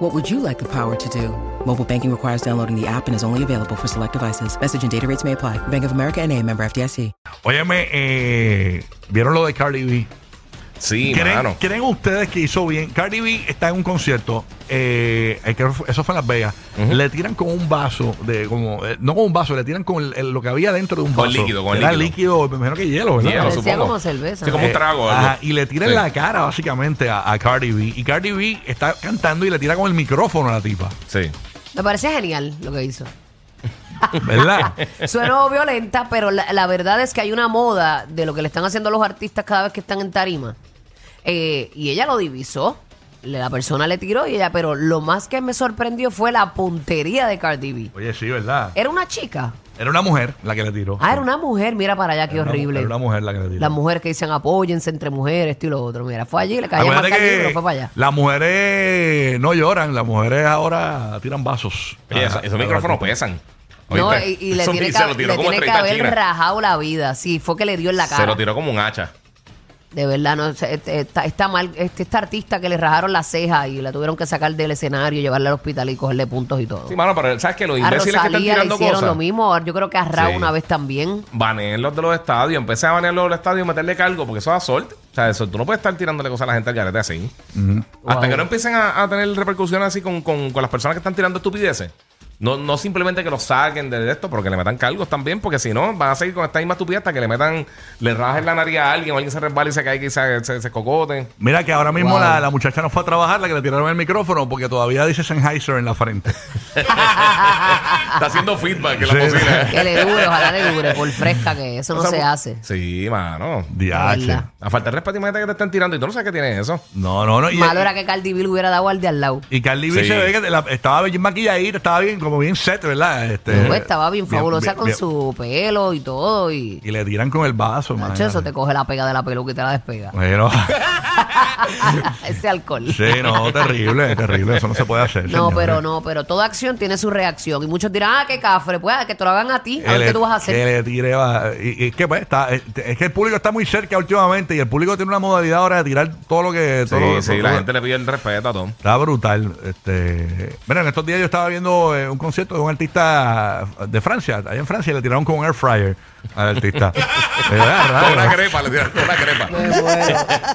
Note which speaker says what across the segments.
Speaker 1: What would you like the power to do? Mobile banking requires downloading the app and is only available for select devices. Message and data rates may apply. Bank of America and a member FDIC.
Speaker 2: Óyeme, eh, ¿vieron lo de Cardi B?
Speaker 3: Sí,
Speaker 2: ¿Creen,
Speaker 3: mano.
Speaker 2: creen ustedes que hizo bien? Cardi B está en un concierto, eh, eh, creo que fue- eso fue en Las Vegas. Le tiran con un vaso, de como eh, no con un vaso, le tiran con el- el- lo que había dentro de un
Speaker 3: Con
Speaker 2: vaso.
Speaker 3: líquido, con
Speaker 2: Era
Speaker 3: líquido.
Speaker 2: líquido, me imagino que hielo, ¿verdad?
Speaker 3: Hielo,
Speaker 2: Eh,
Speaker 4: Parecía
Speaker 3: supongo.
Speaker 4: como cerveza.
Speaker 3: Sí, como un trago. algo.
Speaker 2: ajá, y le tira en
Speaker 3: Sí.
Speaker 2: la cara, básicamente, a, a Cardi B. Y Cardi B está cantando y le tira con el micrófono a la tipa,
Speaker 3: Sí.
Speaker 4: Me parece genial lo que hizo.
Speaker 2: ¿verdad?
Speaker 4: Suena violenta, pero la, la verdad es que hay una moda de lo que le están haciendo los artistas cada vez que están en tarima. Eh, y ella lo divisó. Le- La persona le tiró y ella, pero lo más que me sorprendió fue la puntería de Cardi B.
Speaker 2: Oye, sí, ¿verdad?
Speaker 4: Era una chica.
Speaker 2: Era una mujer la que le tiró.
Speaker 4: Ah, era una mujer, mira para allá, qué
Speaker 2: Era una-
Speaker 4: horrible.
Speaker 2: Era una mujer la que le tiró.
Speaker 4: Las mujeres que dicen apóyense entre mujeres, esto y lo otro. Mira, fue allí, le cayó más
Speaker 2: Acuérdate
Speaker 4: Cardi B, pero
Speaker 2: que
Speaker 4: fue para allá.
Speaker 2: las mujeres no lloran, las mujeres ahora tiran vasos.
Speaker 3: Oye, esos,
Speaker 2: Ah,
Speaker 3: esos micrófonos pesan.
Speaker 4: No,
Speaker 3: ¿Oíste?
Speaker 4: y, y le
Speaker 3: Eso
Speaker 4: tiene
Speaker 3: se
Speaker 4: que,
Speaker 3: lo tiró
Speaker 4: le
Speaker 3: como
Speaker 4: tiene que
Speaker 3: 30
Speaker 4: haber
Speaker 3: giras.
Speaker 4: rajado la vida. Sí, fue que le dio en la cara.
Speaker 3: Se lo tiró como un hacha.
Speaker 4: De verdad, no, se- este- está, está mal. Este, esta artista que le rajaron la ceja y la tuvieron que sacar del escenario, llevarla al hospital y cogerle puntos y todo.
Speaker 3: Sí, mano, pero ¿sabes que Los
Speaker 4: a
Speaker 3: imbéciles que están
Speaker 4: Rosalía le
Speaker 3: tirando
Speaker 4: hicieron
Speaker 3: cosas.
Speaker 4: lo mismo. Yo creo que a Raúl
Speaker 3: Sí.
Speaker 4: una vez también.
Speaker 3: Baneen los de los estadios. Empecé a banear los de los estadios y meterle cargo porque eso es assault. O sea, eso, tú no puedes estar tirándole cosas a la gente al garete así. Hasta
Speaker 4: Wow.
Speaker 3: que no empiecen a, a tener repercusiones así con, con- con las personas que están tirando estupideces. No, no simplemente que los saquen de esto porque le metan cargos también, porque si no, van a seguir con esta misma estupidez hasta que le metan, le rajen la nariz a alguien o alguien se resbala y se caiga y se, se, se cocote.
Speaker 2: Mira que ahora mismo
Speaker 4: Wow.
Speaker 2: la, la muchacha no fue a trabajar, la que le tiraron el micrófono, porque todavía dice Sennheiser en la frente.
Speaker 3: Está haciendo feedback que
Speaker 2: Sí.
Speaker 3: la posibilidad.
Speaker 4: Que le dure, ojalá le dure, por fresca que eso no
Speaker 3: O sea, pues,
Speaker 4: se hace.
Speaker 3: Sí, mano.
Speaker 2: DH.
Speaker 4: verdad.
Speaker 3: A falta de respeto, imagínate que te están tirando y tú no sabes qué tiene eso.
Speaker 2: No, no, no. Y,
Speaker 4: Malo era que Cardi B le hubiera dado al de al lado.
Speaker 2: y Cardi B
Speaker 3: Sí.
Speaker 2: se ve que la- estaba bien maquilladita, estaba bien, como bien set, ¿verdad? Este,
Speaker 4: Pues, estaba bien fabulosa con
Speaker 2: bien-
Speaker 4: su pelo y todo. Y,
Speaker 2: Y le tiran con el vaso,
Speaker 4: Nacho,
Speaker 2: imagínate.
Speaker 4: eso te coge la pega de la peluca y te la despega.
Speaker 2: Bueno,
Speaker 4: Ese alcohol.
Speaker 2: sí, no, terrible, terrible. Eso no se puede hacer.
Speaker 4: No,
Speaker 2: señores.
Speaker 4: pero no, pero toda acción tiene su reacción. Y muchos dirán, ah, qué cafre, pues ah, que te lo hagan a ti, a ver
Speaker 2: Que
Speaker 4: qué
Speaker 2: le-
Speaker 4: tú vas a hacer.
Speaker 2: que le tire va- y, y es que pues, está, es es que el público está muy cerca últimamente y el público tiene una modalidad ahora de tirar todo lo que
Speaker 3: Sí,
Speaker 2: todo lo-
Speaker 3: sí,
Speaker 2: todo-
Speaker 3: la gente le pide el respeto a Tom.
Speaker 2: está brutal este mira en estos días yo estaba viendo eh, un concierto de un artista de Francia allá en Francia y le tiraron con un air fryer al artista Eh, ah,
Speaker 3: Con
Speaker 2: raro.
Speaker 3: una crepa, le tiran con una crepa.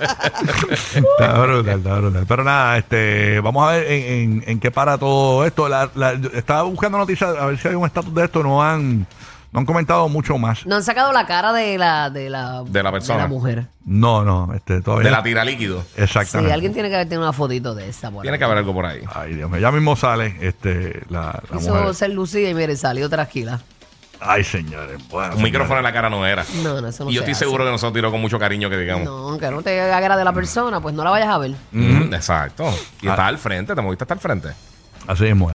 Speaker 2: Está brutal, está brutal. Pero nada, este, vamos a ver en, en- en qué para todo esto. La, la- yo estaba buscando noticias, a ver si hay un estatus de esto. No han, no han comentado mucho más.
Speaker 4: No han sacado la cara de la, de la,
Speaker 3: De la persona.
Speaker 4: de mujer.
Speaker 2: No, no, este, todavía.
Speaker 3: De la tira líquido.
Speaker 4: Sí,
Speaker 2: Exactamente.
Speaker 4: alguien tiene que haber tenido una fotito de esa. por
Speaker 3: Tiene
Speaker 4: ahí.
Speaker 3: que haber algo por ahí.
Speaker 2: Ay, Dios mío, ya mismo sale este, la, la
Speaker 4: Quiso
Speaker 2: mujer.
Speaker 4: ser Lucía y mire, salió tranquila.
Speaker 2: Ay, señores. Bueno,
Speaker 3: Un micrófono en la cara no era.
Speaker 4: Ah, No, no, eso no
Speaker 3: y yo
Speaker 4: se
Speaker 3: estoy
Speaker 4: hace.
Speaker 3: seguro que nosotros tiró con mucho cariño que digamos.
Speaker 4: No, que no te agrade la persona, pues no la vayas a ver.
Speaker 3: Mm, Exacto. Y
Speaker 2: Ah.
Speaker 3: está al frente, te moviste hasta el frente.
Speaker 2: Así mismo. es.